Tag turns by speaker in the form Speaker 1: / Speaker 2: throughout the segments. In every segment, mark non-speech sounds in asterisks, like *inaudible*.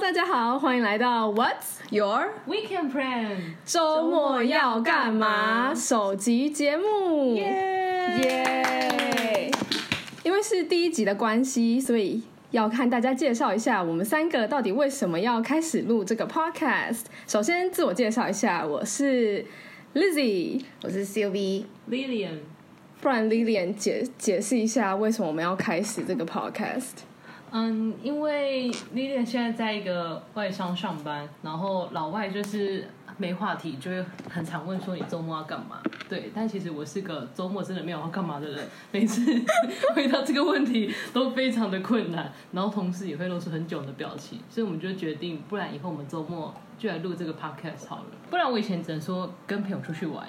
Speaker 1: 大家好，欢迎来到 What's Your
Speaker 2: Weekend Plan，
Speaker 1: 周末要干嘛
Speaker 2: 周末要干嘛
Speaker 1: 首集节目，耶！因为是第一集的关系，所以要看大家介绍一下我们三个到底为什么要开始录这个 podcast。首先自我介绍一下，我是 Lizzy，
Speaker 3: 我是 Sylvie，
Speaker 2: Lilian，
Speaker 1: 不然 Lilian 解解释一下为什么我们要开始这个 podcast。
Speaker 2: 嗯，因为 Lilian 现在在一个外商上班，然后老外就是没话题，就会很常问说你周末要干嘛？对，但其实我是个周末真的没有要干嘛的人，每次 *laughs* 回答这个问题都非常的困难，然后同事也会露出很囧的表情，所以我们就决定，不然以后我们周末就来录这个 podcast 好了，不然我以前只能说跟朋友出去玩。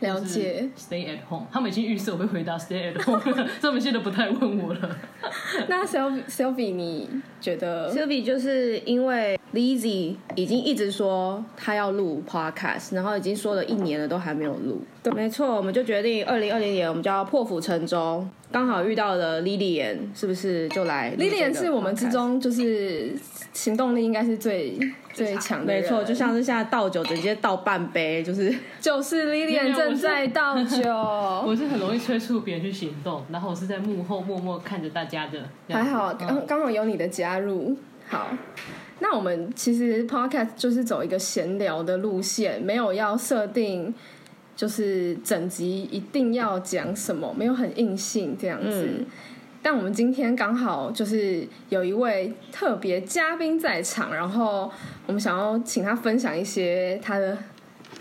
Speaker 1: 了解，
Speaker 2: stay at home，他们已经预设我会回答 stay
Speaker 1: *laughs*
Speaker 2: at home，了所以他们现在不太问我了。
Speaker 1: 那 Sylvie Sylvie，你觉得
Speaker 3: Sylvie 就是因为 Lizzy 已经一直说她要录 podcast，然后已经说了一年了，都还没有录。对，没错，我们就决定二零二零年我们就要破釜沉舟，刚好遇到了 Lilian，是不是就来录这
Speaker 1: l i
Speaker 3: 个
Speaker 1: l i a n 是我们之
Speaker 3: podcast。
Speaker 1: 中就是行动力应该是最最强的
Speaker 3: 没
Speaker 1: 人，
Speaker 3: 错，就像是现在倒酒，直接倒半杯，就是
Speaker 1: 就是 Lilian 正在倒
Speaker 3: *laughs*
Speaker 1: 酒。
Speaker 2: 我是很容易催促别人去行动，然后我是在幕后默默看着大家的。这样
Speaker 1: 还
Speaker 2: 子
Speaker 1: 好，
Speaker 2: 嗯
Speaker 1: 刚刚好有你的加入。好，那我们其实 podcast 就是走一个闲聊的路线，没有要设定就是整集一定要讲什么，没有很硬性这样子。
Speaker 3: 嗯
Speaker 1: 但我们今天刚好就是有一位特别嘉宾在场，然后我们想要请他分享一些他的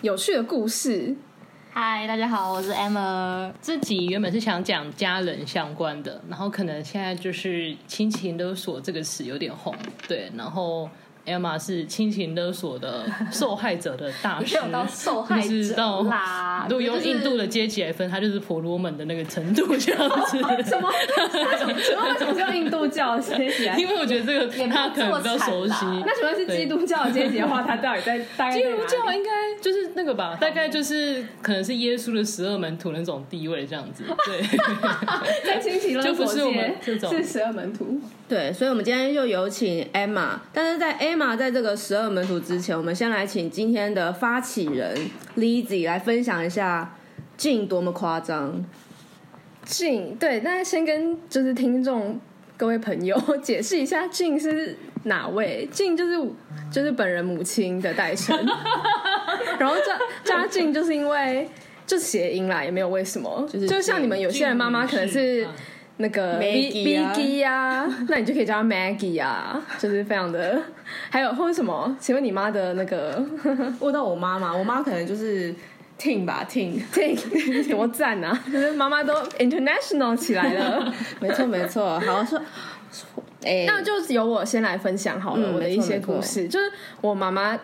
Speaker 1: 有趣的故事。
Speaker 3: *laughs*
Speaker 4: 嗨，大家好，我是 Emma。
Speaker 2: 自己原本是想讲家人相关的，然后可能现在就是亲情勒索这个词有点红，对，然后。Emma 是亲情勒索的受害者的大
Speaker 1: *laughs*
Speaker 2: 师，
Speaker 4: 没有到受害者
Speaker 2: 就是到
Speaker 4: 啦
Speaker 2: 如果用
Speaker 4: 就是
Speaker 2: 印度的阶级来分，他就是婆罗门的那个程度这样子。
Speaker 1: *laughs* 什么？什么？什么叫印度教阶
Speaker 3: *laughs*
Speaker 1: 级啊？
Speaker 2: *laughs* 因为我觉得这个
Speaker 4: 也没有
Speaker 2: 他可能比较熟
Speaker 4: 这么
Speaker 2: 悉。
Speaker 4: 惨啦
Speaker 1: *laughs* 那请问是基督教阶级的话，它到底在大概在
Speaker 2: 基
Speaker 1: 哪里
Speaker 2: 督教哦应该就是那个吧，大概就是可能是耶稣的十二门徒那种地位这样 *laughs* 子。对，
Speaker 1: 在清奇勒
Speaker 2: 就
Speaker 1: 索
Speaker 2: 不是我们
Speaker 1: 界
Speaker 2: 这种
Speaker 1: 是十二门徒，
Speaker 3: 对，所以我们今天就有请 Emma，但是在 Emma 在这个十二门徒之前，我们先来请今天的发起人 Lizzy 来分享一下进多么夸张。
Speaker 1: Jin 对，那先跟就是听众各位朋友解释一下，Jin 是哪位？Jin 就是就是本人母亲的代称，然后叫叫 Jin 就是因为就谐音啦，也没有为什么，就是就像你们有些人妈妈可能是
Speaker 2: 嗯
Speaker 1: 那个
Speaker 3: Maggie 啊
Speaker 1: Maggie 呀，那你就可以叫她 Maggie 啊， *laughs* 就是非常的，还有或者什么？请问你妈的那个
Speaker 3: *laughs* 问到我妈妈，我妈可能就是 Ting 吧，Ting。
Speaker 1: Jin *laughs* 多赞
Speaker 3: *laughs*
Speaker 1: 啊，就是妈妈都 international 起来了。
Speaker 3: 没错没 *laughs* 错，好说，哎、
Speaker 1: 那就是由我先来分享好了，
Speaker 3: 嗯
Speaker 1: 我的一些故事，就是我妈妈。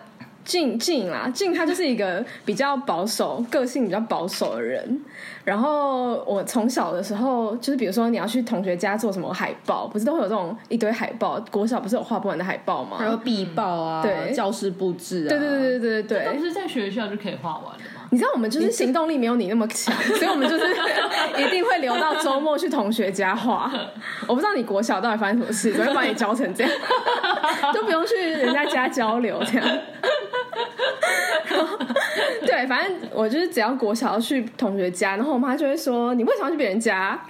Speaker 1: 静静啦，静她就是一个比较保守、个性比较保守的人。然后我从小的时候，就是比如说你要去同学家做什么海报，不是都会有这种一堆海报？国小不是有画不完的海报吗？
Speaker 3: 还有必报啊，
Speaker 1: 对
Speaker 3: 教室布置啊，
Speaker 1: 对对对对对对
Speaker 2: 不
Speaker 1: 对。
Speaker 2: 是在学校就可以画完了 *laughs* 吗？
Speaker 1: 你知道我们就是行动力没有你那么强，所以我们就是一定会留到周末去同学家画。我不知道你国小到底发生什么事，怎么会把你教成这样？ *laughs* 都不用去人家家交流这样。然后对，反正我就是只要国小要去同学家，然后我妈就会说：“你为什么要去别人家？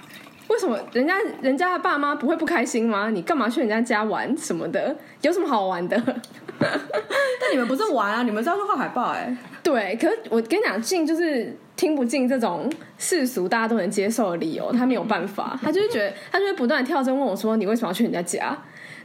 Speaker 1: 为什么人家人家的爸妈不会不开心吗？你干嘛去人家家玩什么的？有什么好玩的？” *laughs*
Speaker 3: 但你们不是玩啊，你们是要去画海报哎、
Speaker 1: 对，可是我跟你讲，静就是听不进这种世俗大家都能接受的理由，他没有办法，他就是觉得他就会不断地跳针问我说：“你为什么要去人家家？”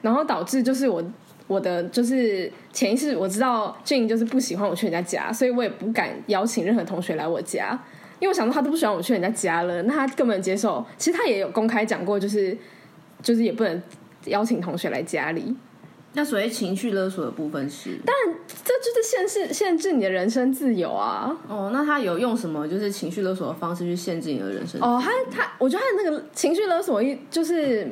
Speaker 1: 然后导致就是我我的就是潜意识我知道静就是不喜欢我去人家家，所以我也不敢邀请任何同学来我家，因为我想说他都不喜欢我去人家家了，那他根本接受。其实他也有公开讲过，就是 *laughs* 就是也不能邀请同学来家里。
Speaker 3: 那所谓情绪勒索的部分是，但
Speaker 1: 这就是限制限制你的人身自由啊！
Speaker 3: 哦，那他有用什么就是情绪勒索的方式去限制你的人生？
Speaker 1: 哦，他他，我觉得他那个情绪勒索，一就是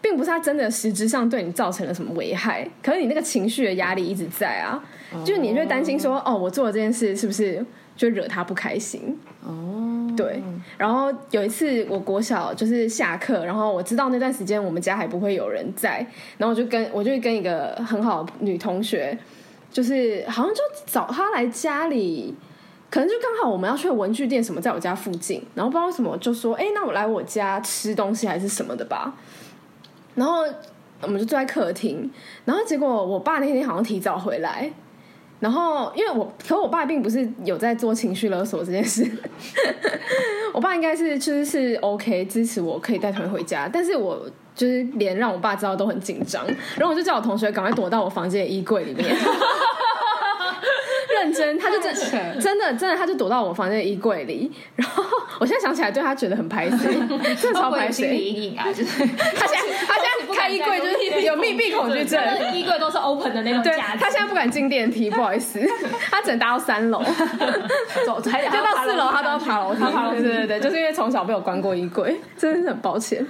Speaker 1: 并不是他真的实质上对你造成了什么危害，可是你那个情绪的压力一直在啊，就是你就会担心说，哦，我做了这件事是不是就惹他不开心？
Speaker 3: 哦，
Speaker 1: 对，然后有一次我国小就是下课，然后我知道那段时间我们家还不会有人在，然后我就跟我就跟一个很好的女同学，就是好像就找她来家里。可能就刚好我们要去的文具店什么，在我家附近，然后不知道为什么就说，哎、那我来我家吃东西还是什么的吧。然后我们就坐在客厅，然后结果我爸那天好像提早回来，然后因为我，可我爸并不是有在做情绪勒索这件事， *laughs* 我爸应该是就是是 OK 支持我可以带同学回家，但是我。就是连让我爸知道都很紧张，然后我就叫我同学赶快躲到我房间的衣柜里面， *laughs* 认真，他就真真的真的他就躲到我房间的衣柜里，然后我现在想起来对他觉得很排 *laughs* 斥，真的超
Speaker 4: 会
Speaker 1: 排
Speaker 4: 有
Speaker 1: 斥
Speaker 4: 心。理阴影啊，就是
Speaker 1: 他现在他现在开衣柜就是有密闭恐惧
Speaker 4: *laughs*
Speaker 1: 症，
Speaker 4: 那衣柜都是 open 的那种
Speaker 1: 对
Speaker 4: 架子
Speaker 1: 他，现在不敢进电
Speaker 4: *laughs*
Speaker 1: 梯，不好意思，他只能搭到三楼，
Speaker 4: 走
Speaker 1: *laughs*
Speaker 4: 才
Speaker 1: 就到四楼他都要爬楼梯。对对对，就是因为从小被我关过衣柜， *laughs* 真的是很抱歉。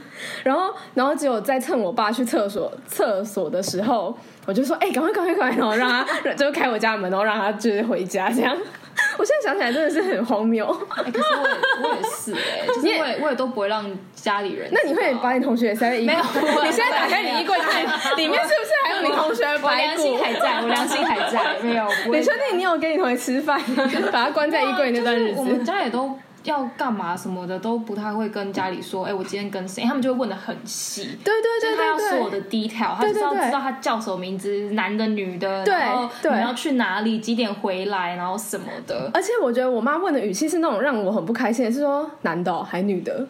Speaker 1: 然后然后只有在趁我爸去厕所厕所的时候，我就说：“哎、赶快赶快赶快！”然后让他 *laughs* 就开我家门，然后让他就是回家这样。 *laughs* 我现在想起来真的是很荒谬。
Speaker 4: 欸可是我也我也是哎、就是我也我也都不会让家里人知道。
Speaker 1: 那你会把你同学也塞在衣柜？
Speaker 4: 没有我
Speaker 1: 你现在打开你衣柜看，里面是不是还有你同学的
Speaker 4: 我
Speaker 1: 白
Speaker 4: 良
Speaker 1: 骨
Speaker 4: 心？还 *laughs* 在，我良心还在，没有。
Speaker 1: *laughs*
Speaker 4: 不会
Speaker 1: 你确定你有跟你同学吃饭， *laughs* 把他关在衣柜那段日
Speaker 4: 就是我们
Speaker 1: 子？
Speaker 4: 家也都要干嘛什么的，都不太会跟家里说。哎、我今天跟谁？他们就会问的很细。
Speaker 1: 对对
Speaker 4: 就
Speaker 1: 对
Speaker 4: 是他要
Speaker 1: 对
Speaker 4: 所
Speaker 1: 对，
Speaker 4: 有的 detail，他
Speaker 1: 对对
Speaker 4: 就知道
Speaker 1: 对
Speaker 4: 知道他叫什么名字，男的女的，
Speaker 1: 对
Speaker 4: 然后你
Speaker 1: 对
Speaker 4: 要去哪里，几点回来，然后什么的。
Speaker 1: 而且我觉得我妈问的语气是那种让我很不开心的，是说男的哦、还女的，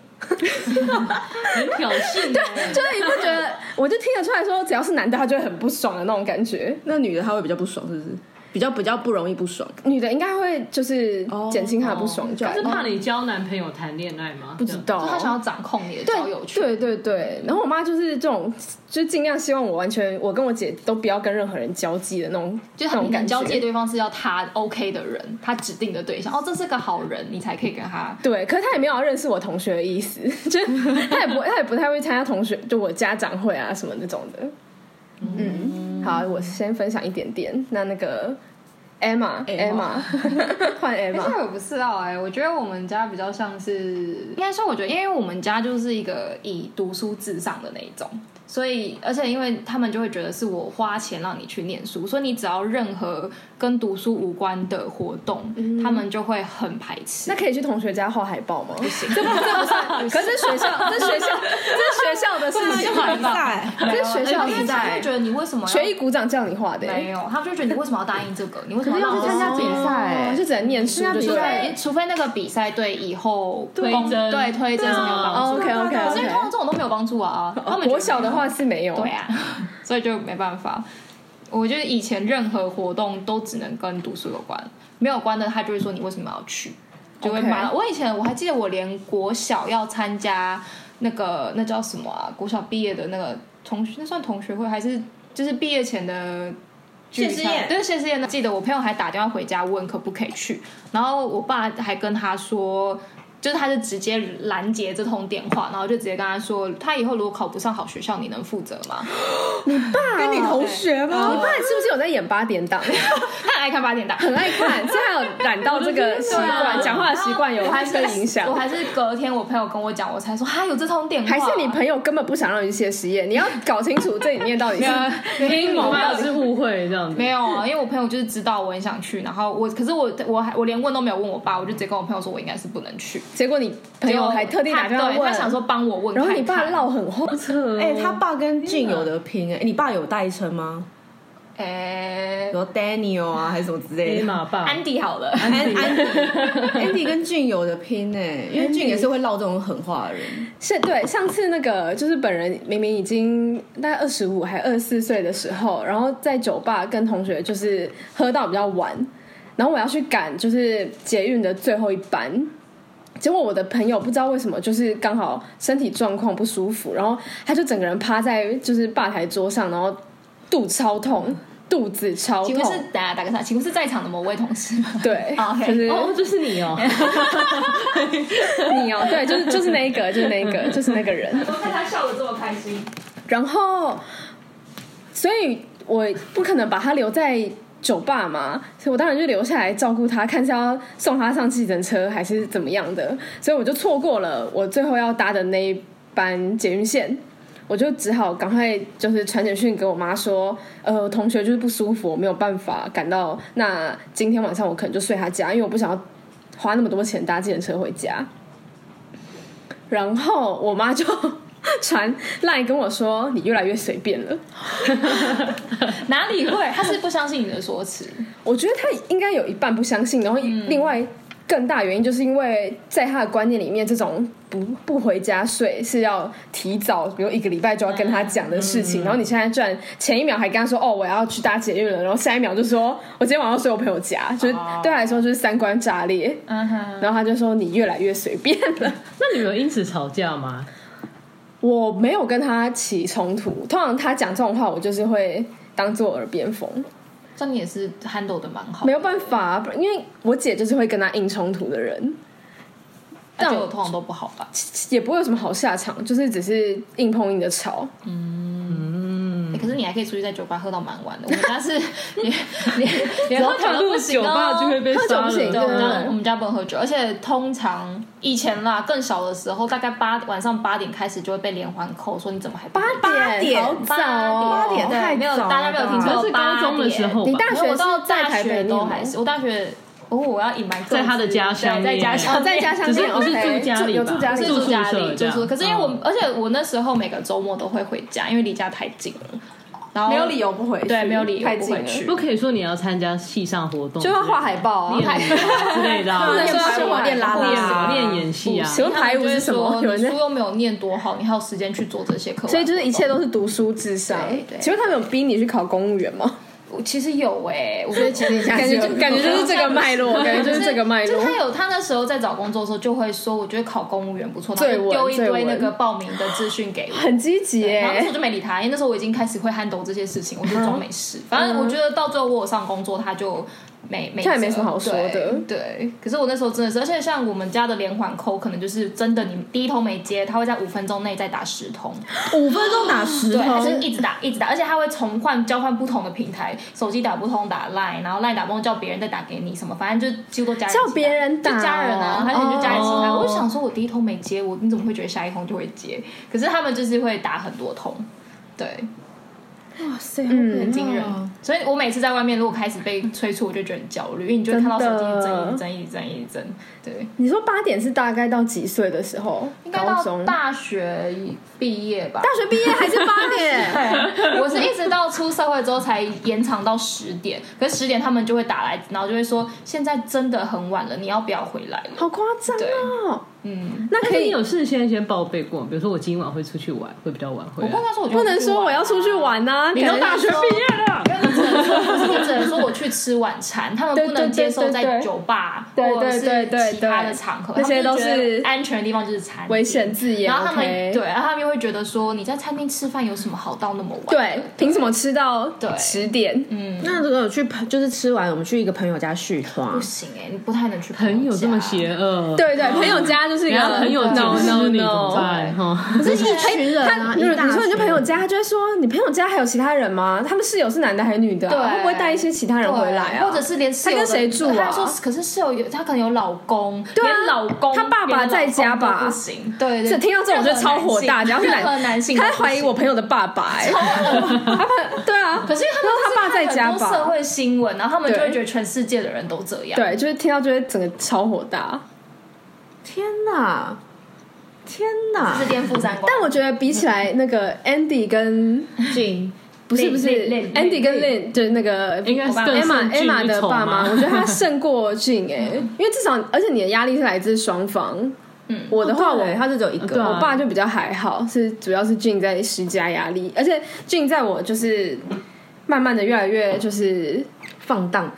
Speaker 2: 很挑衅的。
Speaker 1: *laughs* 就是你不觉得？我就听得出来说，只要是男的，他就会很不爽的那种感觉。
Speaker 3: 那女的她会比较不爽，是不是？比较比较不容易不爽。
Speaker 1: 女的应该会就是减轻她的不爽感，
Speaker 2: 是怕你交男朋友谈恋爱吗？
Speaker 1: 不知道
Speaker 4: 就他想要掌控你的交友圈，
Speaker 1: 对对对，然后我妈就是这种，就尽量希望我完全，我跟我姐都不要跟任何人交际的那种，
Speaker 4: 就
Speaker 1: 那
Speaker 4: 是他
Speaker 1: 种
Speaker 4: 你
Speaker 1: 感觉。
Speaker 4: 交界对方是要他 OK 的人，他指定的对象。哦，这是个好人，你才可以跟他。
Speaker 1: 对，可是他也没有要认识我同学的意思， *laughs* 就是他也不他也不太会参加同学，就我家长会啊什么那种的。嗯，好，我先分享一点点。那那个 Emma Emma *laughs* 换 Emma，
Speaker 4: 我不知道哎、我觉得我们家比较像是，应该说，我觉得因为我们家就是一个以读书至上的那一种，所以而且因为他们就会觉得是我花钱让你去念书，所以你只要任何跟读书无关的活动，
Speaker 3: 嗯
Speaker 4: 他们就会很排斥
Speaker 1: 那。可以去同学家画海报吗？不行，这不这不 *laughs* 算。可是学校，这学校，这学校的事情，
Speaker 3: 在
Speaker 1: 这学校
Speaker 4: 他
Speaker 1: 比
Speaker 4: 们就
Speaker 1: 赛
Speaker 4: 会，觉得你为什么要
Speaker 1: 学艺鼓掌叫你画的、
Speaker 4: 没
Speaker 1: 欸，
Speaker 4: 有，他们就觉得你为什么要答应这个？你为什么让
Speaker 3: 可是要去参加比赛
Speaker 1: 哦就只能念书，就
Speaker 4: 除
Speaker 1: 是
Speaker 4: 非除非那个比赛对以后
Speaker 2: 推
Speaker 4: 公
Speaker 2: 甄
Speaker 4: 对推甄是没有
Speaker 3: 啊
Speaker 4: 帮助的。
Speaker 1: OK OK
Speaker 4: 可是哦通常
Speaker 1: OK。
Speaker 4: 这种都没有帮助啊，他们觉得
Speaker 1: 哦国小的话是没有，
Speaker 4: 对啊，所以就没办法。我觉得以前任何活动都只能跟读书有关，没有关的他就会说你为什么要去，就会骂。
Speaker 1: OK
Speaker 4: 我以前我还记得我连国小要参加那个那叫什么啊？国小毕业的那个同学，那算同学会还是就是毕业前的聚餐？
Speaker 3: 谢师宴
Speaker 4: 对谢师宴。记得我朋友还打电话回家问可不可以去，然后我爸还跟他说。就是他就直接拦截这通电话，然后就直接跟他说，他以后如果考不上好学校，你能负责吗？
Speaker 3: 跟你同学
Speaker 1: 你
Speaker 4: 哦
Speaker 3: 吗？
Speaker 1: 爸是不是有在演八点档？
Speaker 4: 他很爱看八点档，
Speaker 1: 很爱看，现在有染到这个习
Speaker 4: 对
Speaker 1: 惯，
Speaker 4: 啊
Speaker 1: 讲话的习惯有
Speaker 4: 我还是
Speaker 1: 这个影响
Speaker 4: 我。还是隔天我朋友跟我讲，我才说他有这通电话，
Speaker 1: 还是你朋友根本不想让你去写实验，你要搞清楚这里面到底是
Speaker 2: 阴谋还是误会这样子？
Speaker 4: 没有啊？因为我朋友就是知道我很想去，然后我可是我我还我连问都没有问我爸，我就直接跟我朋友说我应该是不能去。
Speaker 1: 结果你朋友还特地打电话
Speaker 4: 他对
Speaker 1: 问，
Speaker 4: 他想说帮我问看
Speaker 1: 然
Speaker 4: 看，
Speaker 1: 后你爸唠很厚，
Speaker 3: 哎，他爸跟俊有得拼哎，你爸有代称吗？
Speaker 4: 哎
Speaker 3: 比如 Daniel 啊，还是什么之类
Speaker 1: *laughs*
Speaker 2: 黑
Speaker 3: 的。
Speaker 2: 马爸，
Speaker 4: 安迪好了，
Speaker 3: 安安迪 Andy 跟俊有的拼哎，因为俊也是会唠这种狠话的人。
Speaker 1: 是对，上次那个就是本人明明已经大概二十五还二十四岁的时候，然后在酒吧跟同学就是喝到比较晚，然后我要去赶就是捷运的最后一班，结果我的朋友不知道为什么就是刚好身体状况不舒服，然后他就整个人趴在就是吧台桌上，然后肚超痛，肚子超
Speaker 4: 请
Speaker 1: 痛
Speaker 4: 问，是等下打个岔，请问是在场的某位同事
Speaker 1: *laughs*
Speaker 4: 吗？
Speaker 1: 对
Speaker 4: 哦，OK
Speaker 1: 就是
Speaker 2: 哦，就是你哦， *laughs*
Speaker 1: *laughs* 你哦，对，就是就是那一个，就是那一个，就是那个
Speaker 4: *laughs*
Speaker 1: 人。
Speaker 4: 我看他笑的这么开心，
Speaker 1: 然后，所以我不可能把他留在酒吧嘛，所以我当然就留下来照顾他，看是要送他上计程车还是怎么样的，所以我就错过了我最后要搭的那一班捷运线。我就只好赶快就是传简讯给我妈说，呃，同学就是不舒服，我没有办法赶到，那今天晚上我可能就睡他家，因为我不想要花那么多钱搭自行车回家。然后我妈就传赖跟我说， *laughs* 你越来越随便了。
Speaker 4: 哪里会？他是不相信你的说辞，
Speaker 1: 我觉得他应该有一半不相信，然后另外更大原因就是因为在他的观念里面，这种不不回家睡是要提早，比如一个礼拜就要跟他讲的事情。然后你现在居然前一秒还跟他说哦我要去搭捷运了，然后下一秒就说我今天晚上要睡我朋友家，就是
Speaker 2: 哦
Speaker 1: 对他来说就是三观炸裂。
Speaker 4: 嗯哼，
Speaker 1: 然后他就说你越来越随便了。
Speaker 2: 那你们有因此吵架吗？
Speaker 1: 我没有跟他起冲突，通常他讲这种话，我就是会当做耳边风。
Speaker 4: 这你也是 handle 的蛮好，
Speaker 1: 没有办法，因为我姐就是会跟他硬冲突的人，
Speaker 4: 但
Speaker 1: 但
Speaker 4: 我
Speaker 1: 我
Speaker 4: 通常都不好吧。
Speaker 1: 也不会有什么好下场，就是只是硬碰硬的吵。
Speaker 4: 欸可是你还可以出去在酒吧喝到蛮晚的，我们家 *laughs* 是连连连喝酒都不行
Speaker 2: 酒吧就会
Speaker 4: 哦。
Speaker 2: 被
Speaker 1: 喝酒
Speaker 2: 杀
Speaker 1: 不行
Speaker 2: 了。
Speaker 4: 对，我们家
Speaker 1: 嗯
Speaker 4: 我们家不能喝酒，而且通常以前啦，更小的时候，大概八晚上八点开始就会被连环扣，说你怎么还不
Speaker 3: 八点
Speaker 1: 好早哦，
Speaker 3: 八点
Speaker 4: 对
Speaker 3: 太
Speaker 4: 没有
Speaker 3: 早了
Speaker 4: 大家没有听
Speaker 3: 吧
Speaker 2: 可
Speaker 4: 错，
Speaker 2: 是高中的时候吧，
Speaker 1: 你大
Speaker 4: 没有，
Speaker 1: 学
Speaker 4: 我到
Speaker 1: 是在
Speaker 4: 大
Speaker 1: 台北
Speaker 4: 学
Speaker 1: 念
Speaker 4: 都
Speaker 1: 吗
Speaker 4: 还是我大学，哦，我要隐瞒各自，
Speaker 2: 在他的家乡
Speaker 4: 对在家
Speaker 2: 耶
Speaker 4: 乡
Speaker 1: 哦，在家
Speaker 4: 乡。
Speaker 1: 乡
Speaker 2: 只是
Speaker 1: 念
Speaker 2: 不是
Speaker 1: OK，
Speaker 2: 住家里吧
Speaker 1: 有住家
Speaker 4: 是
Speaker 1: 里
Speaker 2: 住
Speaker 4: 住
Speaker 2: 宿舍
Speaker 4: 家里
Speaker 2: 这
Speaker 4: 住
Speaker 2: 样
Speaker 4: 宿，可是因为我，
Speaker 2: 嗯
Speaker 4: 而且我那时候每个周末都会回家，因为离家太近了，然后
Speaker 3: 没有理由不回去，
Speaker 4: 对没有理由
Speaker 3: 太
Speaker 4: 不
Speaker 3: 近
Speaker 4: 回
Speaker 3: 了，
Speaker 4: 去
Speaker 2: 不可以说你要参加戏上活动之
Speaker 3: 就
Speaker 2: 类的，
Speaker 3: 要画海报啊，
Speaker 2: 练舞啊之类的 *laughs* 啊，
Speaker 3: 不能
Speaker 2: 练
Speaker 3: 说要去玩练啦
Speaker 2: 练什
Speaker 3: 啦
Speaker 2: 么，练演戏啊，
Speaker 1: 请问排舞是什么？
Speaker 4: 他
Speaker 1: 有
Speaker 4: 们
Speaker 1: 人
Speaker 4: 就会说
Speaker 1: 在
Speaker 4: 你，书又没有念多好，你还有时间去做这些课外活动？
Speaker 1: 所以就是一切都是读书至上
Speaker 4: 对。对
Speaker 1: 请问他们有逼你去考公务员吗？
Speaker 4: 我哦其实有哎、我觉得其 *laughs* 实
Speaker 1: 感觉就感觉就是这个脉络，感觉就是这个脉
Speaker 4: 就
Speaker 1: 络
Speaker 4: 他。有他那时候在找工作的时候就会说，我觉得考公务员不错，然
Speaker 1: 最
Speaker 4: 后就
Speaker 1: 稳
Speaker 4: 丢一
Speaker 1: 最
Speaker 4: 堆
Speaker 1: 稳
Speaker 4: 那个报名的资讯给我。
Speaker 1: 很积极
Speaker 4: 对然后那时候
Speaker 1: 耶
Speaker 4: 我，就没理他，因为那时候我已经开始会 handle 这些事情，我就装没
Speaker 1: 嗯
Speaker 4: 事。反正我觉得到最后我有上工作，他就没没辙，
Speaker 1: 他也没什么好说的
Speaker 4: 对对可是我那时候真的是，而且像我们家的连环扣，可能就是真的，你第一通没接，他会在五分钟内再打十通。
Speaker 3: 五分钟打
Speaker 1: 嗯
Speaker 3: 十
Speaker 4: 对，他就
Speaker 3: 通，
Speaker 4: 一直打，一直打，而且他会重换交换不同的平台，手机打不通打 Line，然后 Line 打不通叫别人再打给你什么，反正就几乎都家人
Speaker 1: 叫
Speaker 4: 一起
Speaker 1: 别人打
Speaker 4: 就家人啊
Speaker 1: 哦，
Speaker 4: 还是你就家人一起打。
Speaker 2: 哦
Speaker 4: 我就想说，我第一通没接，我你怎么会觉得下一通就会接？可是他们就是会打很多通，对，
Speaker 3: 哇塞，
Speaker 4: 很
Speaker 1: 嗯
Speaker 4: 惊人。所以我每次在外面如果开始被催促，我就觉得很焦虑，因为你就会看到手机一直
Speaker 1: 真的
Speaker 4: 震一直震一直震一直震，对，
Speaker 1: 你说八点是大概到几岁的时候？
Speaker 4: 应该
Speaker 1: 高
Speaker 4: 到
Speaker 1: 中、
Speaker 4: 大学毕业吧，
Speaker 3: 大学毕业还是八点，
Speaker 4: *laughs* 对，我是一直到出社会之后才延长到十点，可是十点他们就会打来，然后就会说现在真的很晚了，你要不要回
Speaker 2: 啊
Speaker 4: 来了？
Speaker 1: *laughs* 好夸张哦！
Speaker 4: 嗯，
Speaker 1: 那可
Speaker 2: 可以
Speaker 1: 以
Speaker 2: 哎有事先先报备过，比如说我今晚会出去玩，会比较晚回
Speaker 4: 我
Speaker 2: 来
Speaker 4: 跟。他说我就啊
Speaker 1: 不能说我要出去玩啊呐，
Speaker 2: 你
Speaker 1: 感
Speaker 2: 都
Speaker 1: 觉
Speaker 2: 大学毕业了，
Speaker 4: 你只能说，可是你只能说我去吃晚餐，他们不能接受
Speaker 1: 对对对
Speaker 4: 在
Speaker 1: 对
Speaker 4: 酒吧
Speaker 1: 对
Speaker 4: 或者
Speaker 1: 对对
Speaker 4: 是
Speaker 1: 对
Speaker 4: 其他的场合，
Speaker 1: 那些
Speaker 4: 他们就觉得
Speaker 1: 都是
Speaker 4: 安全的地方就是餐厅
Speaker 1: 危险字眼
Speaker 4: 然后他们
Speaker 1: OK
Speaker 4: 对，然后他们又会觉得说你在餐厅吃饭有什么好到那么晚？
Speaker 1: 对，凭什么吃到
Speaker 4: 对
Speaker 1: 十点？
Speaker 4: 嗯，
Speaker 3: 那如果有去朋就是吃完，我们去一个朋友家续团
Speaker 4: 不，行哎、你不太能去
Speaker 2: 朋友这么
Speaker 4: 家
Speaker 2: 邪恶，，
Speaker 1: 对对，朋友家就是一
Speaker 2: 哦然
Speaker 1: 个
Speaker 2: 后朋友
Speaker 1: no
Speaker 2: 捡尸
Speaker 1: no
Speaker 2: 你怎么
Speaker 1: no。
Speaker 2: 办？哈，
Speaker 3: 可是一群人
Speaker 1: 他，
Speaker 3: 啊，
Speaker 1: 你
Speaker 3: 一大
Speaker 1: 你说你去
Speaker 3: 群
Speaker 1: 朋友家，他就会说你朋友家还有其他人吗？他们室友是男的还是女的啊、
Speaker 4: 对
Speaker 1: 会不会带一些其他人
Speaker 4: 对
Speaker 1: 回来啊？
Speaker 4: 或者是连室友
Speaker 1: 他跟
Speaker 4: 的
Speaker 1: 谁住啊
Speaker 4: 他说，可是室友有他可能有老公，
Speaker 1: 对啊
Speaker 4: 连老公，
Speaker 1: 他爸爸在家吧
Speaker 4: 连老公都不行，对对
Speaker 1: 这听到这种就超火大，然
Speaker 4: 任何
Speaker 1: 后
Speaker 4: 任何男性都不
Speaker 1: 他
Speaker 4: 行，
Speaker 1: 在怀疑
Speaker 4: *laughs*
Speaker 1: 我朋友的爸爸、欸，他怕对啊，
Speaker 4: 可是因为
Speaker 1: 然后
Speaker 4: 他
Speaker 1: 他爸在家
Speaker 4: 很多社
Speaker 1: 吧？
Speaker 4: 会新闻，然后他们就
Speaker 1: 对
Speaker 4: 会觉得全世界的人都这样，
Speaker 1: 对，就是听到就会整个超火大。
Speaker 3: 天哪，天哪
Speaker 4: 是，颠覆三观。
Speaker 1: 但我觉得比起来，那个 Andy 跟
Speaker 3: 近
Speaker 1: 不是不是
Speaker 4: Lin- Lin-
Speaker 1: Andy 跟 Lin 就是那个
Speaker 2: 应该是更
Speaker 1: Emma
Speaker 2: 胜
Speaker 1: Emma
Speaker 2: 进一
Speaker 1: 的
Speaker 2: 筹
Speaker 1: 爸妈，
Speaker 2: 吗
Speaker 1: 我觉得他胜过 Jin 哎、
Speaker 2: *laughs*
Speaker 1: 因为至少而且你的压力是来自双方。
Speaker 4: 嗯
Speaker 1: 我的话我
Speaker 3: 欸对他是只有一
Speaker 2: 哦对
Speaker 3: 个，
Speaker 2: 啊
Speaker 1: 我爸就比较还好，是主要是俊在施加压力，而且俊在我就是慢慢的越来越就是
Speaker 3: 放荡，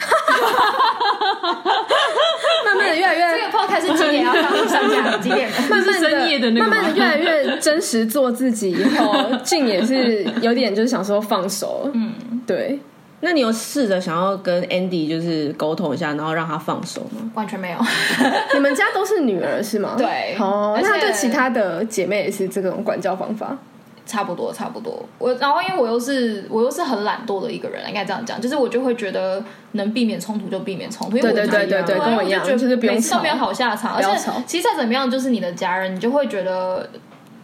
Speaker 1: 慢慢的越来
Speaker 4: 这
Speaker 1: 越
Speaker 4: 个 podcast 是几点要上上架？几点？
Speaker 1: 慢慢
Speaker 2: *laughs* 这是深夜
Speaker 1: 的
Speaker 2: 的那个
Speaker 1: 慢
Speaker 2: 吗
Speaker 1: 慢的越来越真实做自己以后，俊也是有点就是想说放手，
Speaker 4: 嗯，
Speaker 1: 对，
Speaker 3: 那你有试着想要跟 Andy 就是沟通一下，然后让他放手吗？
Speaker 4: *laughs* 完全没有。
Speaker 1: *laughs* 你们家都是女儿是吗？
Speaker 4: 对
Speaker 1: 哦，
Speaker 4: 而且
Speaker 1: 那他对其他的姐妹也是这种管教方法，
Speaker 4: 差不多，差不多。我然后因为我又是我又是很懒惰的一个人，应该这样讲，就是我就会觉得能避免冲突就避免冲突，因为我
Speaker 1: 对
Speaker 4: 就觉得
Speaker 1: 对对对
Speaker 4: 啊
Speaker 1: 跟我一样
Speaker 4: 就觉
Speaker 1: 就是
Speaker 4: 得
Speaker 1: 不用
Speaker 4: 每次都
Speaker 1: 吵
Speaker 4: 没有好下场，
Speaker 1: 不
Speaker 4: 而
Speaker 1: 要
Speaker 4: 且
Speaker 1: 吵
Speaker 4: 其实再怎么样就是你的家人，你就会觉得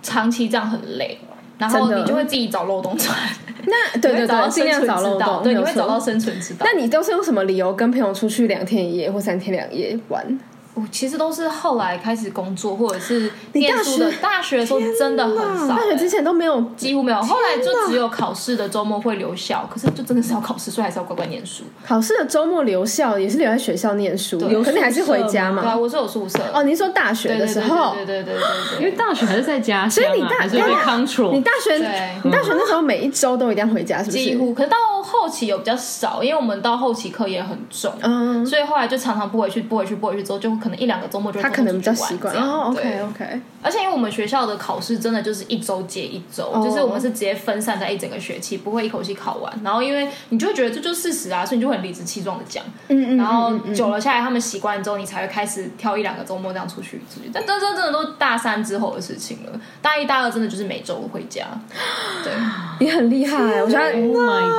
Speaker 4: 长期这样很累，然后
Speaker 1: 真的
Speaker 4: 你就会自己找漏洞钻，
Speaker 1: 那对
Speaker 4: 你会
Speaker 1: 对
Speaker 4: 找到
Speaker 1: 对，尽量
Speaker 4: 生
Speaker 1: 找
Speaker 4: 存
Speaker 1: 漏
Speaker 4: 之道
Speaker 1: 洞，
Speaker 4: 对，
Speaker 1: 没
Speaker 4: 你
Speaker 1: 有
Speaker 4: 会
Speaker 1: 错
Speaker 4: 找到生存之道。
Speaker 1: 那你都是用什么理由跟朋友出去两天一夜或三天两夜玩？
Speaker 4: 我其实都是后来开始工作，或者是
Speaker 1: 你
Speaker 4: 念
Speaker 1: 大
Speaker 4: 书的
Speaker 1: 学
Speaker 4: 大学的时候真的很少、
Speaker 1: 大学之前都没有，
Speaker 4: 几乎没有，后来就只有考试的周末会留校，可是就真的是要考试，所以还是要乖乖念书。
Speaker 1: 考试的周末留校也是留在学校念书，
Speaker 4: 对
Speaker 1: 可是你还是回家
Speaker 4: 对啊，
Speaker 1: 嘛？
Speaker 4: 我是有宿舍
Speaker 1: 哦，，你说大学
Speaker 4: 对
Speaker 1: 的
Speaker 4: 对
Speaker 1: 时
Speaker 4: 对
Speaker 1: 候，
Speaker 4: 对对对对对
Speaker 2: 因为
Speaker 4: 对。
Speaker 2: 大学还是在家乡、啊，
Speaker 1: 所以你大
Speaker 2: *laughs* 还是被
Speaker 1: 对啊
Speaker 2: control，
Speaker 1: 你大学
Speaker 4: 对
Speaker 1: 你大学那时候每一周都一定要回家，是不是？
Speaker 4: 几乎，可是到后期有比较少，因为我们到后期课也很重，
Speaker 1: 嗯，
Speaker 4: 所以后来就常常不回去，不回去，不回去之后，就可能一两个周末就会
Speaker 1: 他可能比较
Speaker 4: 偷偷出
Speaker 1: 习
Speaker 4: 去玩
Speaker 1: 惯。
Speaker 4: 这样
Speaker 1: 哦
Speaker 4: 对
Speaker 1: ，OK OK，
Speaker 4: 而且因为我们学校的考试真的就是一周接一周，
Speaker 1: 哦
Speaker 4: 就是我们是直接分散在一整个学期，不会一口气考完。然后因为你就会觉得这就是事实啊，所以你就会很理直气壮的讲。
Speaker 1: 嗯嗯，
Speaker 4: 然后
Speaker 1: 嗯嗯
Speaker 4: 久了下来，他们习惯之后，你才会开始挑一两个周末这样出去出去。但这这真的都大三之后的事情了，大一大二真的就是每周回家。对，
Speaker 1: 你很厉害，我觉得
Speaker 2: Oh
Speaker 1: 他
Speaker 2: my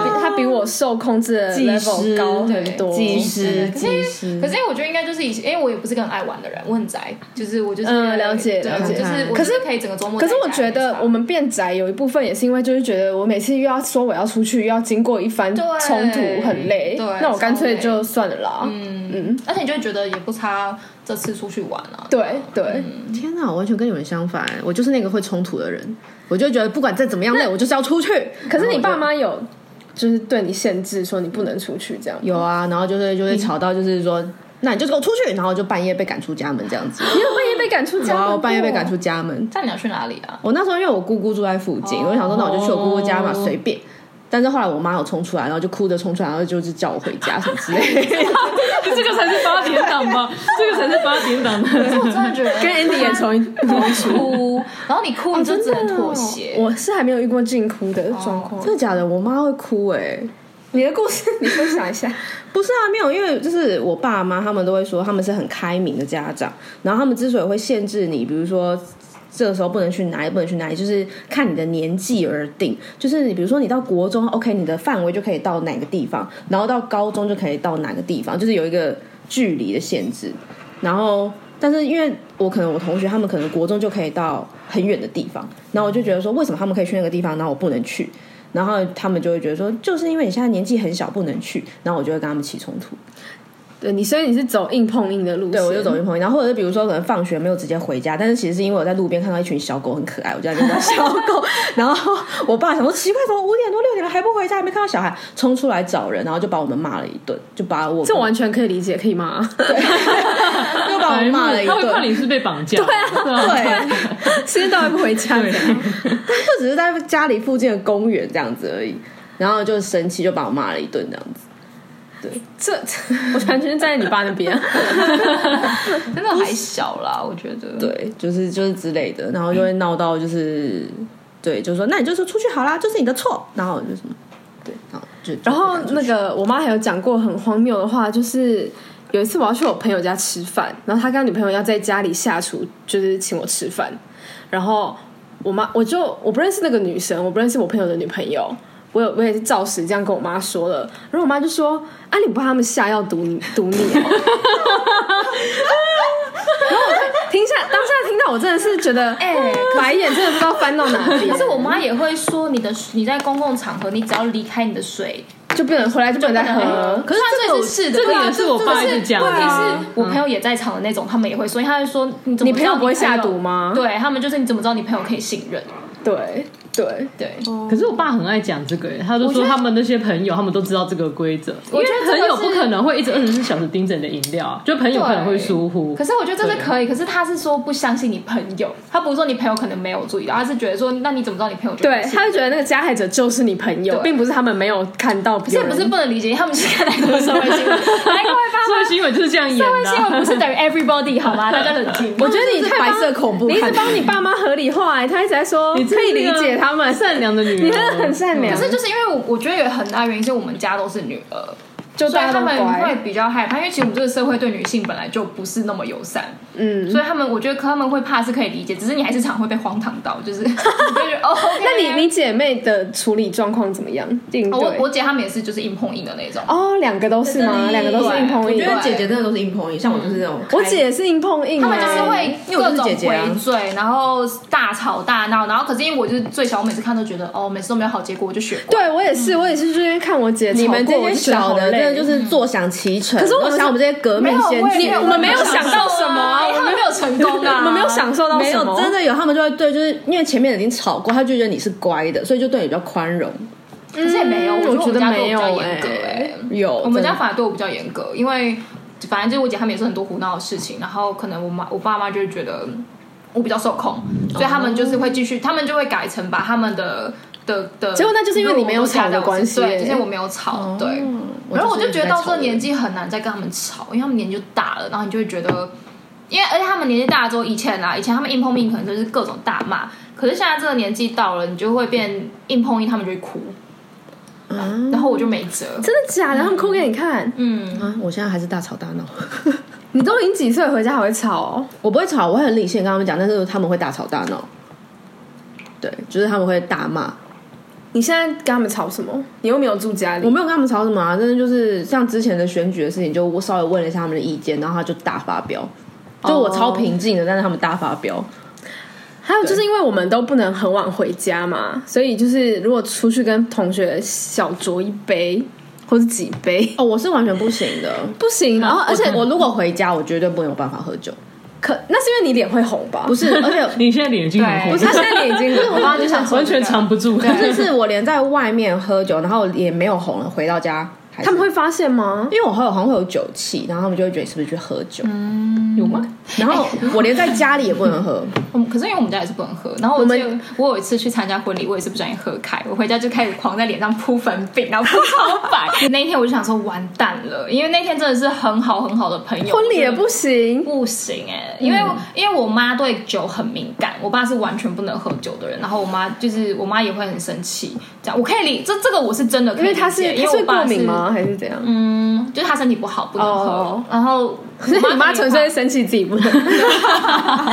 Speaker 2: god！
Speaker 1: 比他比我受控制的
Speaker 3: 技师
Speaker 1: level 高很多，嗯
Speaker 3: 技师，
Speaker 4: 可
Speaker 3: 技
Speaker 4: 是
Speaker 3: 师
Speaker 4: 可。是我觉得应该就是以前，因为我也不是个很爱玩的人，我很宅，就是我就是
Speaker 1: 嗯了解
Speaker 4: 对，
Speaker 1: 了
Speaker 4: 我
Speaker 1: 解
Speaker 4: 就是我
Speaker 1: 可是
Speaker 4: 就是可以整个周末
Speaker 1: 可
Speaker 4: 宅
Speaker 1: 是
Speaker 4: 在家。
Speaker 1: 我觉
Speaker 4: 没
Speaker 1: 得
Speaker 4: 差
Speaker 1: 我们变宅有一部分也是因为就是觉得我每次又要说我要出去，又要经过一番
Speaker 4: 对
Speaker 1: 冲突，很累
Speaker 4: 对。
Speaker 1: 那我干脆
Speaker 4: 超
Speaker 1: 就算了啦。嗯嗯，
Speaker 4: 而且你就会觉得也不差这次出去玩啊。
Speaker 1: 对对。
Speaker 3: 天哪，我完全跟你们相反，我就是那个会冲突的人。我就觉得不管再怎么样
Speaker 2: 嗯
Speaker 3: 累，我就是要出去。
Speaker 1: 可是你
Speaker 3: 然后我就
Speaker 1: 爸妈有就是对你限制说你不能出去这样？
Speaker 3: 有啊，然后就是就会吵到，就是说，那你就给我出去，然后就半夜被赶出家门这样子。
Speaker 1: 你有半夜被赶出
Speaker 2: 哦
Speaker 1: 家
Speaker 3: 然
Speaker 1: 门
Speaker 3: 后
Speaker 1: 过？
Speaker 3: 半夜被赶出家门，
Speaker 4: 那你要去哪里 *laughs* 啊？
Speaker 3: 我那时候因为我姑姑住在附近，我就想说那我就去我姑姑家嘛，
Speaker 2: 哦
Speaker 3: 随便。但是后来我妈有冲出来，然后就哭着冲出来，然后就是叫我回家什么之
Speaker 1: *laughs*
Speaker 3: 类的。
Speaker 2: 这个才是八点档吧？这个才是八点档
Speaker 4: 我
Speaker 2: 的。 *laughs*
Speaker 4: 真的觉得
Speaker 1: 跟 Andy 也重一
Speaker 4: 哭， *laughs* 然后你哭你就只能妥协。
Speaker 1: 我是还没有遇过禁哭的状况。
Speaker 3: 真的假的？我妈会哭哎、
Speaker 1: 哦你的故事你分享一下。
Speaker 3: 不是啊，没有，因为就是我爸妈他们都会说他们是很开明的家长，然后他们之所以会限制你，比如说。这个时候不能去哪里，不能去哪里，就是看你的年纪而定。就是你，比如说你到国中，OK，你的范围就可以到哪个地方，然后到高中就可以到哪个地方，就是有一个距离的限制。然后，但是因为我可能我同学他们可能国中就可以到很远的地方，然后我就觉得说，为什么他们可以去那个地方，然后我不能去？然后他们就会觉得说，就是因为你现在年纪很小，不能去。然后我就会跟他们起冲突，
Speaker 1: *laughs* 对你，所以你是走硬碰硬的路线。对，
Speaker 3: 我就走一朋友。然后或者是比如说，可能放学没有直接回家，但是其实是因为我在路边看到一群小狗很可爱，我就在那边叫
Speaker 2: *laughs*
Speaker 3: 小狗。然后我爸想说，奇怪，怎么五点多六点了还不回家，还没看到小孩，冲出来找人，然后就把我们骂了一顿，就把我
Speaker 1: 这完全可以理解，可以吗？ *laughs*
Speaker 3: 就把我
Speaker 2: 白目
Speaker 3: 骂了一
Speaker 2: 他会
Speaker 3: 顿
Speaker 2: 怕。你是被绑架。 *laughs* 对啊，
Speaker 3: 对，
Speaker 1: 时间到还不回家，
Speaker 3: 就只是在家里附近的公园这样子而已。然后就生气，就把我骂了一顿这样子。
Speaker 1: 这这我 *laughs* 完全站在你爸那边。
Speaker 4: 真的还小啦，我觉得。对，
Speaker 3: 对，就是就是之类的，然后就会
Speaker 1: 嗯
Speaker 3: 闹到就是，对，就说那你就说出去好啦，就是你的错，然后我就什么，对，然后就
Speaker 1: 然后那个我妈还有讲过很荒谬的话，就是有一次我要去我朋友家吃饭，然后她跟她女朋友要在家里下厨，就是请我吃饭，然后我妈我就我不认识那个女生，我不认识我朋友的女朋友。我有我也是照实这样跟我妈说了，然后我妈就说：“啊，你不怕他们下药毒你毒你、哦？” *laughs* 然后我就听下当下听到，我真的是觉得，哎、白眼真的不知道翻到哪里。
Speaker 4: 但是我妈也会说，你的你在公共场合，你只要离开你的水，呃
Speaker 1: 就不能回来，就不能再喝了。
Speaker 4: 可是
Speaker 3: 这
Speaker 4: 她
Speaker 3: 个
Speaker 4: 嗯啊这也是是的，
Speaker 2: 这个也
Speaker 4: 是
Speaker 2: 是我爸一直讲的
Speaker 4: 问题
Speaker 2: 啊。
Speaker 4: 是我朋友也在场的那种，他们也会说，因为他会说你怎
Speaker 1: 你
Speaker 4: 么
Speaker 1: 朋友
Speaker 4: 知道
Speaker 1: 不会下毒吗
Speaker 4: 对他们就是你怎么知道你朋友可以信任？
Speaker 1: 对对，
Speaker 4: 对，
Speaker 2: 可是我爸很爱讲这个耶，他就说他们那些朋友，他们都知道这个规则。因
Speaker 4: 我
Speaker 2: 为
Speaker 4: 觉得这个
Speaker 2: 朋友不
Speaker 4: 是
Speaker 2: 可能会一直二十四小时盯着你的饮料啊，就朋友可能会疏忽。
Speaker 4: 可是我觉得这是
Speaker 2: 对
Speaker 4: 可以，可是他是说不相信你朋友，他不是说你朋友可能没有注意到，他是觉得说那你怎么知道你朋友就
Speaker 1: 对，他就觉得那个加害者就是你朋友，
Speaker 4: 对
Speaker 1: 并不是他们没有看到别
Speaker 4: 这
Speaker 1: 人。
Speaker 4: 不是不能理解，他们是看太多社会新 *laughs* 闻，难怪会发
Speaker 2: 社会新闻就是这样演
Speaker 4: 社会
Speaker 2: 的
Speaker 4: 新
Speaker 2: 啊。
Speaker 4: 闻不是等于 everybody 好吗？大家冷静。
Speaker 1: 我觉得你
Speaker 3: 是
Speaker 1: 太
Speaker 3: 白
Speaker 1: 帮
Speaker 3: 色恐怖
Speaker 1: 你一直
Speaker 3: 看
Speaker 1: 帮你爸妈合理化、哎他一直在说
Speaker 2: 你真
Speaker 1: 可
Speaker 2: 的
Speaker 1: 以理解他们，
Speaker 2: 善良的女人，
Speaker 1: 你真的很善良
Speaker 4: 可是就是因为我我觉得有很大原因是我们家都是女儿，
Speaker 1: 就
Speaker 4: 所以
Speaker 1: 大家
Speaker 4: 他
Speaker 1: 都
Speaker 4: 们会
Speaker 1: 乖，
Speaker 4: 比较害怕，因为其实我们这个社会对女性本来就不是那么友善，
Speaker 1: 嗯，
Speaker 4: 所以他们我觉得他们会怕是可以理解，只是你还是常会被荒唐到，就是 *laughs* 你就觉得哦
Speaker 1: *laughs*
Speaker 4: ，OK，
Speaker 1: 那你你姐妹的处理状况怎么样？应
Speaker 4: 哦我
Speaker 1: 对
Speaker 4: 我姐她们也是就是硬碰硬的那种，
Speaker 1: 哦，两个都是吗？
Speaker 3: 对
Speaker 1: 两个都是硬碰
Speaker 3: 我
Speaker 1: 硬
Speaker 3: 觉。得姐姐真的都是硬碰硬，嗯像我就是那种开，
Speaker 1: 我姐也是硬碰硬啊，
Speaker 4: 他们就是会
Speaker 3: 因为我就
Speaker 4: 各
Speaker 3: 是
Speaker 4: 种
Speaker 3: 姐姐啊
Speaker 4: 回嘴，然后大吵大闹，然后可是因为我就是最小，我每次看都觉得哦，每次都没有好结果，我就学过。
Speaker 1: 对我也是，我也是就因为看我姐
Speaker 3: 你们这
Speaker 1: 吵过，
Speaker 3: 些小的，真的就是是坐享其成。可
Speaker 1: 是我们是
Speaker 3: 想我们这些革命先
Speaker 4: 没
Speaker 3: 驱，
Speaker 4: 有
Speaker 1: 我们没有想到什么啊，
Speaker 4: 哎
Speaker 1: 我
Speaker 4: 他
Speaker 1: 们
Speaker 4: 们没有成功 *laughs* 啊，
Speaker 1: 我们没有享受到
Speaker 3: 没
Speaker 1: 什
Speaker 3: 有
Speaker 1: 么，
Speaker 3: 真的有，他们就会对，就是因为前面已经吵过，他就觉得你是乖的，所以就对你比较宽容。
Speaker 4: 可是也没有，
Speaker 1: 嗯
Speaker 4: 我觉得我们家对我比较
Speaker 1: 我觉得
Speaker 4: 严格
Speaker 1: 没有
Speaker 4: 哎、
Speaker 3: 有，
Speaker 4: 我们家
Speaker 3: 真的
Speaker 4: 反而对我比较严格，因为反正就是我姐她们也是很多胡闹的事情，然后可能我妈我爸妈就会觉得我比较受控，所以他们就是会继续，他们就会改成把他们的。的的，
Speaker 1: 结果那就是因为你没有吵的关系哦
Speaker 4: 对，
Speaker 1: 欸
Speaker 4: 就是因为我没有吵，对。
Speaker 3: 我
Speaker 4: 然后我
Speaker 3: 就是
Speaker 4: 就觉得到
Speaker 3: 在
Speaker 4: 这
Speaker 3: 吵
Speaker 4: 个年纪很难再跟他们吵，因为他们年纪就大了，然后你就会觉得，因为而且他们年纪大了之后，以前啊啦，以前他们硬碰硬可能就是各种大骂，可是现在这个年纪到了，你就会变硬碰硬，他们就会哭，然后我就没辙，
Speaker 1: 真的假的？他们哭给你看，
Speaker 4: 嗯，
Speaker 3: 啊，我现在还是大吵大闹。
Speaker 1: 你都已经几岁回家还会吵哦？
Speaker 3: 我不会吵，我会很理性地跟他们讲，但是他们会大吵大闹。对，就是他们会大骂。
Speaker 1: 你现在跟他们吵什么？你又没有住家里，
Speaker 3: 我没有跟他们吵什么啊，真的就是像之前的选举的事情，就我稍微问了一下他们的意见，然后他就大发飙。就我
Speaker 1: 哦
Speaker 3: 超平静的，但是他们大发飙。
Speaker 1: 还有就是因为我们都不能很晚回家嘛，所以就是如果出去跟同学小酌一杯或是几杯 *laughs*
Speaker 3: 哦，我是完全不行的。
Speaker 1: 不行，啊然后哦而且
Speaker 3: 我我如果回家，我绝对没有办法喝酒。
Speaker 1: 可那是因为你脸会红吧？
Speaker 3: 不是，而
Speaker 1: *laughs*
Speaker 3: 且
Speaker 2: 你现在脸已经很
Speaker 4: 对
Speaker 2: 红
Speaker 1: 他现在脸已
Speaker 3: *laughs*
Speaker 1: 经
Speaker 4: 我刚刚就想说啊
Speaker 2: 完全
Speaker 4: 这个
Speaker 2: 藏不住。
Speaker 3: 不是，是我连在外面喝酒，然后也没有红了，回到家还是
Speaker 1: 他们会发现吗？
Speaker 3: 因为我喝好像会有酒气，然后他们就会觉得你是不是去喝酒？
Speaker 1: 嗯
Speaker 3: 有吗？然后我连在家里也不能喝，
Speaker 4: 我嗯们可是因为我们家也是不能喝，然后我记得我有一次去参加婚礼，我也是不小心喝开，我回家就开始狂在脸上铺粉饼，然后铺超白。那一天我就想说完蛋了，因为那天真的是很好很好的朋友，
Speaker 1: *laughs* 婚礼也
Speaker 4: 我觉得
Speaker 1: 不行，
Speaker 4: 不行哎、因为、
Speaker 1: 嗯
Speaker 4: 因为我妈对酒很敏感，我爸是完全不能喝酒的人，然后我妈就是我妈也会很生气，这样我可以理这这个我是真的可
Speaker 1: 因
Speaker 4: 以
Speaker 1: 为
Speaker 4: 理解，
Speaker 1: 他是
Speaker 4: 因
Speaker 1: 他
Speaker 4: 为
Speaker 1: 是
Speaker 4: 我爸
Speaker 1: 过敏？吗？还是怎样？
Speaker 4: 嗯，就是他身体不好不能喝
Speaker 1: 哦
Speaker 4: 然后
Speaker 1: *laughs* 所以
Speaker 4: 我
Speaker 1: 你妈
Speaker 4: 可以
Speaker 1: 纯粹会生气自己不能， *laughs*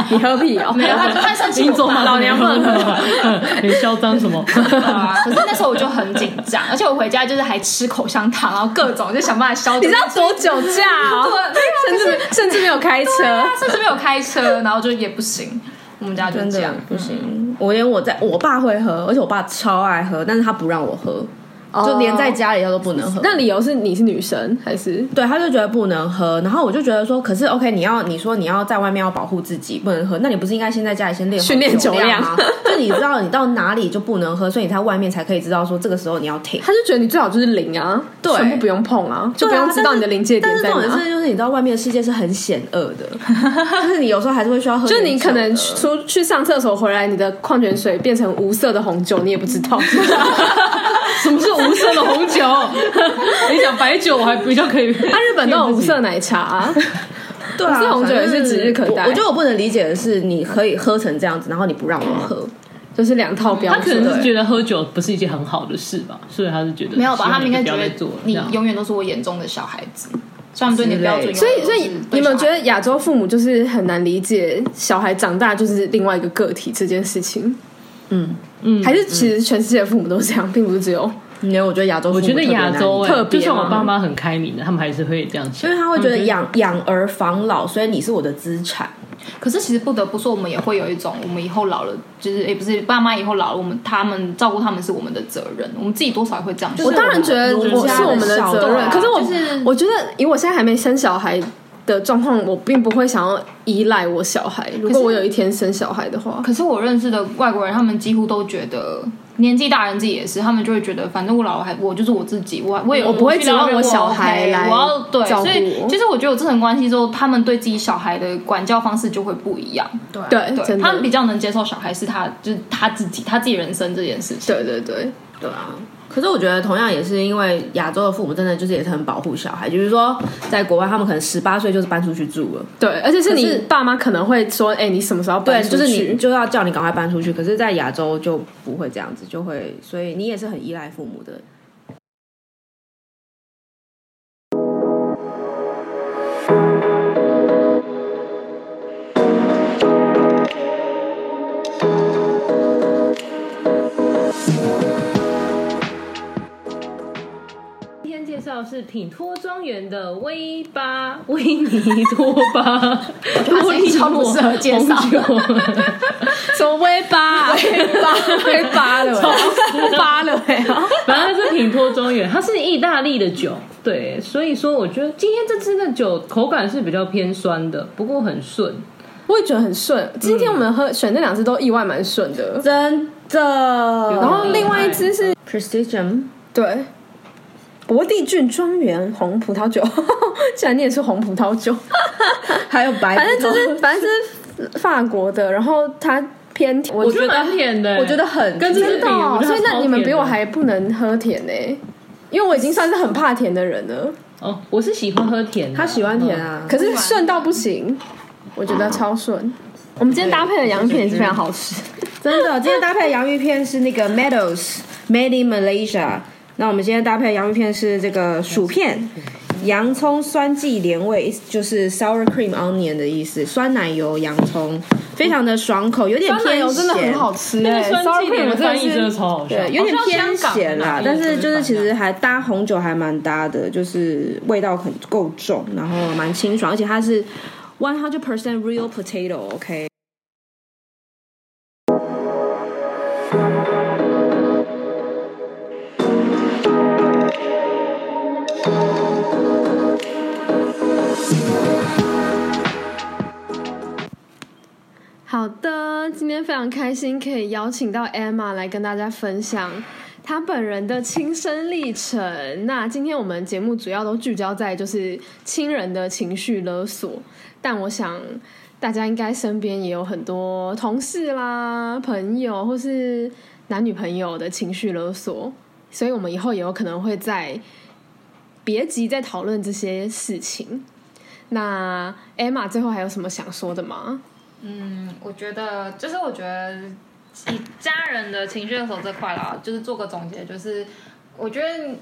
Speaker 1: 你喝屁哦！
Speaker 4: 没有他他生气我
Speaker 2: 走
Speaker 4: 爸
Speaker 2: 马
Speaker 4: 老娘不能喝。
Speaker 2: 喝， *laughs* 你嚣张什么？
Speaker 4: 啊！可是那时候我就很紧张，而且我回家就是还吃口香糖，然后各种就想办法消毒。
Speaker 1: 你知道多酒驾哦？甚至 *laughs* 甚至没有开车，
Speaker 3: 啊
Speaker 4: 他甚至没有开车，然后就也不行。我们家就
Speaker 3: 真
Speaker 4: 这
Speaker 3: 的
Speaker 4: 样，
Speaker 3: 不行。我连我在我爸会喝，而且我爸超爱喝，但是他不让我喝，就连在家里他都不能喝。
Speaker 1: 哦那理由是你是女生还是？
Speaker 3: 对，他就觉得不能喝，然后我就觉得说，可是 OK，你要你说你要在外面要保护自己，不能喝，那你不是应该先在家里先练好
Speaker 1: 训练
Speaker 3: 酒
Speaker 1: 酒量
Speaker 3: 吗？ *laughs* 就你知道你到哪里就不能喝，所以你在外面才可以知道说这个时候你要停。
Speaker 1: 他就觉得你最好就是零啊，
Speaker 3: 对
Speaker 1: 全部不用碰啊，就不用知道你的临界点在
Speaker 3: 但是但是
Speaker 1: 哪
Speaker 3: 重点。是，就是你知道外面的世界是很险恶
Speaker 1: *laughs*
Speaker 3: 的，就是你有时候还是会需要喝
Speaker 1: 就
Speaker 3: 点酒的。
Speaker 1: 你可能出去上厕所回来，你的矿泉水变成无色的红酒，你也不知
Speaker 3: *laughs*
Speaker 1: 道。
Speaker 2: 什么是无色的红酒？你讲白酒我还比较可以，
Speaker 1: 他啊日本都有无色奶茶啊，
Speaker 3: 对啊，
Speaker 1: 不是红酒也是指日可待
Speaker 3: 反正我我觉得我不能理解的是，你可以喝成这样子，然后你不让我喝。
Speaker 1: 就是两套标
Speaker 2: 他可能
Speaker 1: 准。
Speaker 2: 是觉得喝酒不是一件很好的事吧，所以他是觉得
Speaker 4: 没有吧？他们应该
Speaker 2: 希
Speaker 4: 觉
Speaker 2: 望你
Speaker 4: 得
Speaker 2: 就不
Speaker 4: 你
Speaker 2: 要再做。
Speaker 4: 永远都是我眼中的小孩子，所以他们对你的标准永远
Speaker 1: 所以，
Speaker 4: 都
Speaker 1: 所
Speaker 4: 是
Speaker 1: 以
Speaker 4: 对
Speaker 1: 你们
Speaker 4: 小
Speaker 1: 觉
Speaker 4: 孩
Speaker 1: 得亚洲父母就是很难理解小孩长大就是另外一个个体这件事情？
Speaker 2: 嗯，
Speaker 1: 还是其实全世界的父母都这样，并不是只有
Speaker 3: 因为我觉得亚洲，
Speaker 2: 我觉得亚洲、欸、
Speaker 1: 特别
Speaker 2: 就算我
Speaker 1: 吗
Speaker 2: 爸妈很开明的，他们还是会这样
Speaker 3: 因
Speaker 2: 想
Speaker 3: 为。他会觉得养养儿防老，所以你是我的资产。
Speaker 4: 可是其实不得不说，我们也会有一种，我们以后老了，就是也不是爸妈以后老了，我们他们照顾他们是我们的责任，我们自己多少也会这样想。
Speaker 1: 我当然觉得
Speaker 3: 我们
Speaker 1: 我是我们的
Speaker 3: 家的
Speaker 1: 责任，
Speaker 3: 小
Speaker 1: 可是我、
Speaker 4: 就是
Speaker 1: 我觉得以我现在还没生小孩的状况，我并不会想要依赖我小孩。如果我有一天生小孩的话，
Speaker 4: 可是我认识的外国人，他们几乎都觉得年纪大人自己也是，他们就会觉得，反正我老了还我就是我自己，我我也
Speaker 1: 我不会
Speaker 4: 去到
Speaker 1: 指望我小孩
Speaker 4: OK，
Speaker 1: 来
Speaker 4: 我要对，
Speaker 1: 照顾
Speaker 4: 所以
Speaker 1: 我
Speaker 4: 其实我觉得有这层关系之后，他们对自己小孩的管教方式就会不一样，
Speaker 1: 对，
Speaker 3: 啊
Speaker 4: 对
Speaker 1: 真
Speaker 4: 他们比
Speaker 1: 的，
Speaker 4: 较能接受小孩是他就是他自己他自己人生这件事情。
Speaker 1: 对对对，
Speaker 3: 对啊。可是我觉得，同样也是因为亚洲的父母真的就是也是很保护小孩，就是说，在国外他们可能十八岁就是搬出去住了，
Speaker 1: 对，而且是
Speaker 3: 可是
Speaker 1: 你爸妈可能会说，哎、你什么时候搬
Speaker 3: 对，
Speaker 1: 出去？
Speaker 3: 就是你就要叫你赶快搬出去。可是，在亚洲就不会这样子，就会，所以你也是很依赖父母的
Speaker 2: 天介绍的是品托庄园的威巴 *laughs* 威尼托巴 *laughs* 多利
Speaker 4: 超不
Speaker 2: 诺
Speaker 4: 适合介绍
Speaker 2: 红 *laughs* 酒，
Speaker 1: 什么微
Speaker 3: *laughs*
Speaker 1: 巴、微 *laughs* 巴、微巴了，巴了哎、
Speaker 2: 反正它是品托庄园，它是意大利的酒，对，所以说我觉得今天这支的酒口感是比较偏酸的，不过很顺，
Speaker 1: 我也觉得很顺。今天我们喝选这两支都意外蛮顺
Speaker 2: 嗯
Speaker 1: 的，
Speaker 3: 真
Speaker 2: 然
Speaker 3: 的
Speaker 1: 然后另外一支
Speaker 2: 嗯
Speaker 1: 是
Speaker 3: ，precision
Speaker 1: 对博地郡庄园红葡萄酒， *laughs* 竟然念是红葡萄
Speaker 2: *laughs*
Speaker 1: 酒，
Speaker 3: 还有白，
Speaker 1: 反正就是反正就是法国的，然后它偏甜，
Speaker 2: 我觉得蛮甜的，
Speaker 3: 我觉得很
Speaker 2: 跟这支
Speaker 1: 真
Speaker 2: 比，
Speaker 1: 的哦、
Speaker 2: 我觉得
Speaker 1: 所
Speaker 2: 它
Speaker 1: 以那
Speaker 2: 超
Speaker 1: 你们
Speaker 2: 甜
Speaker 1: 比我
Speaker 2: 的
Speaker 1: 还不能喝甜呢、因为我已经算是很怕甜的人了，
Speaker 2: 哦，我是喜欢喝甜的，嗯
Speaker 3: 他喜欢甜啊，
Speaker 1: 可是顺到不行，我觉得超顺。我们今天搭配的洋片也是非常好吃，
Speaker 3: 真的。今天搭配的洋芋片是那个 Meadows Made in Malaysia。那我们今天搭配的洋芋片是这个薯片，洋葱酸剂连味，就是 sour cream onion 的意思，酸奶油洋葱，非常的爽口，有点
Speaker 1: 酸奶
Speaker 3: 偏
Speaker 1: 油
Speaker 3: 咸，
Speaker 1: 真的很好吃
Speaker 2: 嗯。
Speaker 1: 哎、
Speaker 2: 酸
Speaker 1: s o r r
Speaker 2: 气
Speaker 1: cream
Speaker 2: 甜
Speaker 1: 我
Speaker 2: 的
Speaker 1: 真的
Speaker 2: 翻译真的
Speaker 1: 是
Speaker 2: 超好笑，
Speaker 3: 对，有点
Speaker 4: 好像
Speaker 3: 偏
Speaker 4: 香港
Speaker 3: 咸啦
Speaker 4: 的，
Speaker 3: 但
Speaker 4: 那
Speaker 3: 是
Speaker 4: 个
Speaker 3: 就是其
Speaker 4: 饭
Speaker 3: 实
Speaker 4: 量
Speaker 3: 还搭红酒还蛮搭的，就是味道很够重，然后蛮清爽，而且它是 one hundred percent real potato，OK、
Speaker 1: 好的，今天非常开心可以邀请到 Emma 来跟大家分享她本人的亲身历程。那今天我们节目主要都聚焦在就是亲人的情绪勒索，但我想大家应该身边也有很多同事啦、朋友或是男女朋友的情绪勒索，所以我们以后也有可能会在别急再讨论这些事情。那 Emma 最后还有什么想说的吗？
Speaker 4: 嗯，我觉得就是我觉得以家人的情绪勒索这块啦，就是做个总结，就是我觉得。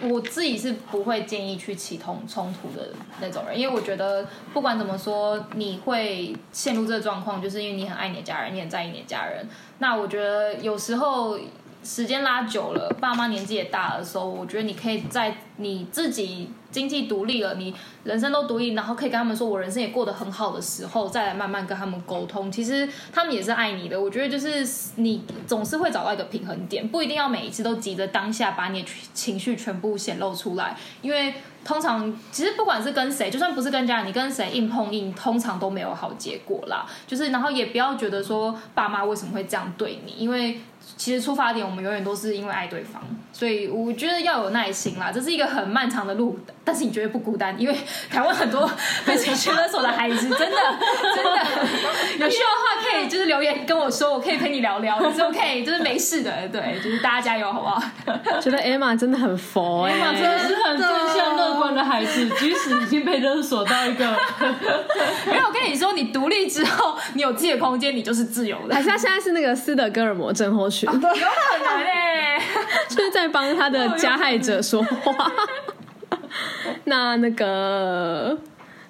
Speaker 4: 我自己是不会建议去起冲冲突的那种人，因为我觉得不管怎么说，你会陷入这个状况，就是因为你很爱你的家人，你很在意你的家人。那我觉得有时候时间拉久了，爸妈年纪也大的时候，我觉得你可以在你自己经济独立了，你人生都独立，然后可以跟他们说我人生也过得很好的时候，再来慢慢跟他们沟通。其实他们也是爱你的，我觉得就是你总是会找到一个平衡点，不一定要每一次都急着当下把你的情绪全部显露出来，因为通常其实不管是跟谁，就算不是跟家人，你跟谁硬碰硬，通常都没有好结果啦。就是然后也不要觉得说爸妈为什么会这样对你，因为其实出发点我们永远都是因为爱对方，所以我觉得要有耐心啦。这是一个很漫长的路，但是你绝对不孤单，因为台湾很多被情绪勒索的孩子，真的真的有需要的话可以就是留言跟我说，我可以陪你聊聊，你是 OK，就是没事的，对，就是大家加油好不好？
Speaker 1: 觉得 Emma 真的很佛哎、
Speaker 2: 真的是很正向乐观的孩子，即使已经被勒索到一个，
Speaker 4: 因为我跟你说，你独立之后，你有自己的空间，你就是自由的
Speaker 1: *laughs* 还。是他现在是那个斯德哥尔摩症候
Speaker 3: 啊
Speaker 1: 群，
Speaker 4: 有可能哎、
Speaker 1: 就是在帮他的加害者说话。那那个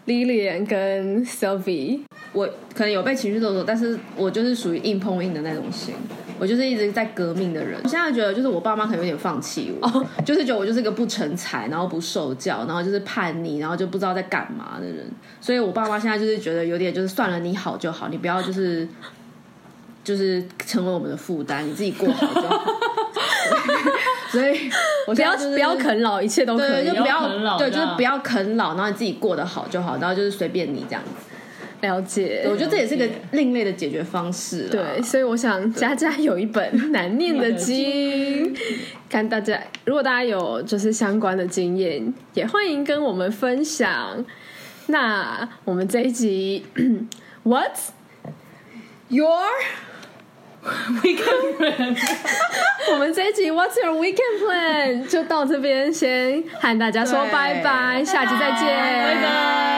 Speaker 1: Lilian 跟 Sylvie，
Speaker 3: 我可能有被情绪勒索，但是我就是属于硬碰硬的那种型，我就是一直在革命的人。我现在觉得就是我爸妈可能有点放弃我就是觉得我就是个不成才，然后不受教，然后就是叛逆，然后就不知道在干嘛的人。所以我爸妈现在就是觉得有点就是算了，你好就好，你不要就是就是成为我们的负担，你自己过好就好。所以我
Speaker 1: 不
Speaker 3: 现
Speaker 1: 要
Speaker 3: 在啊就是
Speaker 1: 不要啃老，一切都可
Speaker 3: 对，
Speaker 1: 以
Speaker 3: 就
Speaker 1: 哦。
Speaker 3: 不
Speaker 2: 不要啃老
Speaker 3: 对，
Speaker 2: 这
Speaker 3: 就
Speaker 2: 样
Speaker 3: 是不要啃老，然后你自己过得好就好，然后就是随便你这样子。
Speaker 1: 了解
Speaker 3: 我。觉得这也是个另类的解决方式啦。
Speaker 1: 对，所以我想家家有一本难念的经， *laughs* 看大家如果大家有就是相关的经验，也欢迎跟我们分享。那我们这一集 *clears throat* What Your *laughs*
Speaker 2: 一个人
Speaker 1: 我们这一集 What's Your Weekend Plan 就到这边，先和大家说
Speaker 3: 对
Speaker 1: 拜拜，下集再见，
Speaker 3: 拜拜